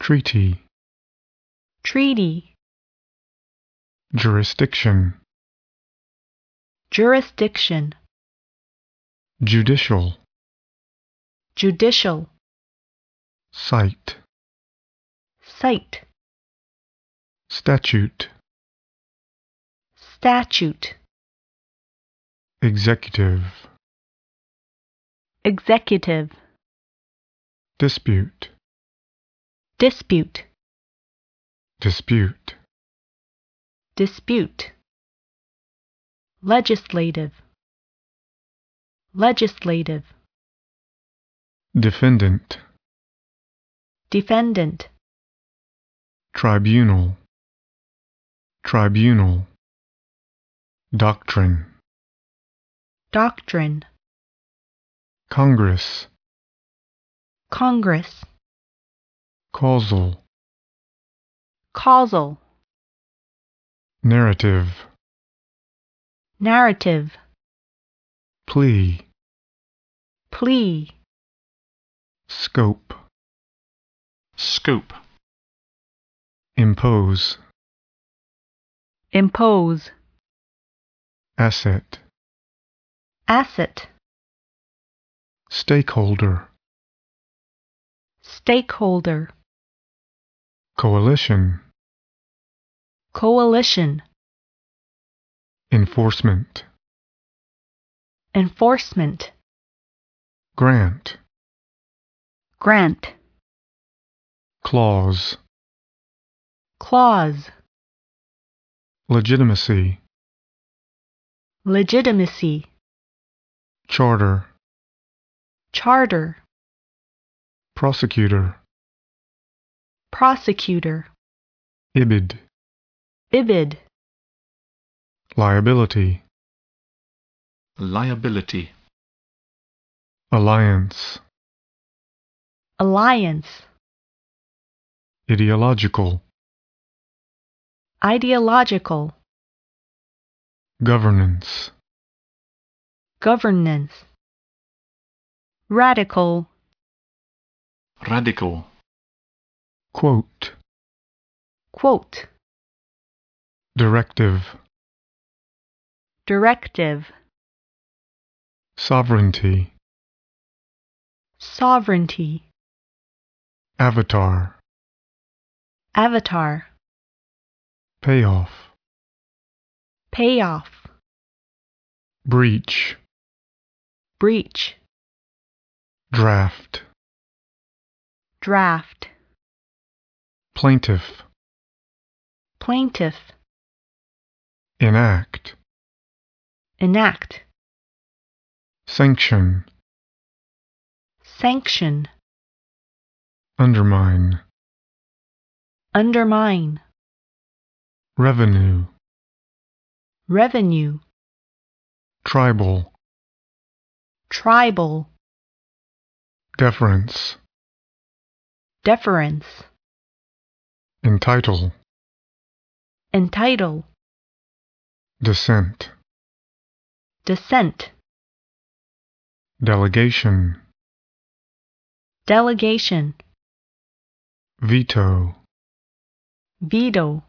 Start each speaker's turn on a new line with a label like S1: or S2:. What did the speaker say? S1: treaty,
S2: treaty,
S1: jurisdiction,
S2: jurisdiction,
S1: judicial,
S2: judicial,
S1: site,
S2: site,
S1: statute,
S2: statute,
S1: executive,
S2: executive,
S1: dispute,
S2: dispute,
S1: dispute,
S2: dispute, legislative, legislative,
S1: defendant,
S2: defendant,
S1: tribunal, tribunal, doctrine,
S2: doctrine,
S1: congress,
S2: Congress,
S1: causal,
S2: causal,
S1: narrative,
S2: narrative,
S1: plea,
S2: plea,
S1: scope,
S3: scoop,
S1: impose,
S2: impose,
S1: asset,
S2: asset,
S1: stakeholder,
S2: stakeholder,
S1: coalition,
S2: coalition,
S1: enforcement,
S2: enforcement,
S1: grant,
S2: grant,
S1: clause,
S2: clause,
S1: legitimacy,
S2: legitimacy,
S1: charter,
S2: charter,
S1: prosecutor,
S2: prosecutor,
S1: ibid,
S2: ibid,
S1: liability,
S3: liability,
S1: alliance,
S2: alliance,
S1: ideological,
S2: ideological,
S1: governance,
S2: governance, radical,
S3: radical,
S1: quote,
S2: quote,
S1: directive,
S2: directive,
S1: sovereignty,
S2: sovereignty,
S1: avatar,
S2: avatar,
S1: payoff,
S2: payoff,
S1: breach,
S2: breach,
S1: draft,
S2: draft,
S1: plaintiff,
S2: plaintiff,
S1: enact,
S2: enact,
S1: sanction,
S2: sanction,
S1: undermine,
S2: undermine,
S1: revenue,
S2: revenue,
S1: tribal,
S2: tribal,
S1: deference,
S2: deference,
S1: entitle,
S2: entitle,
S1: dissent,
S2: dissent,
S1: delegation,
S2: delegation,
S1: veto,
S2: veto,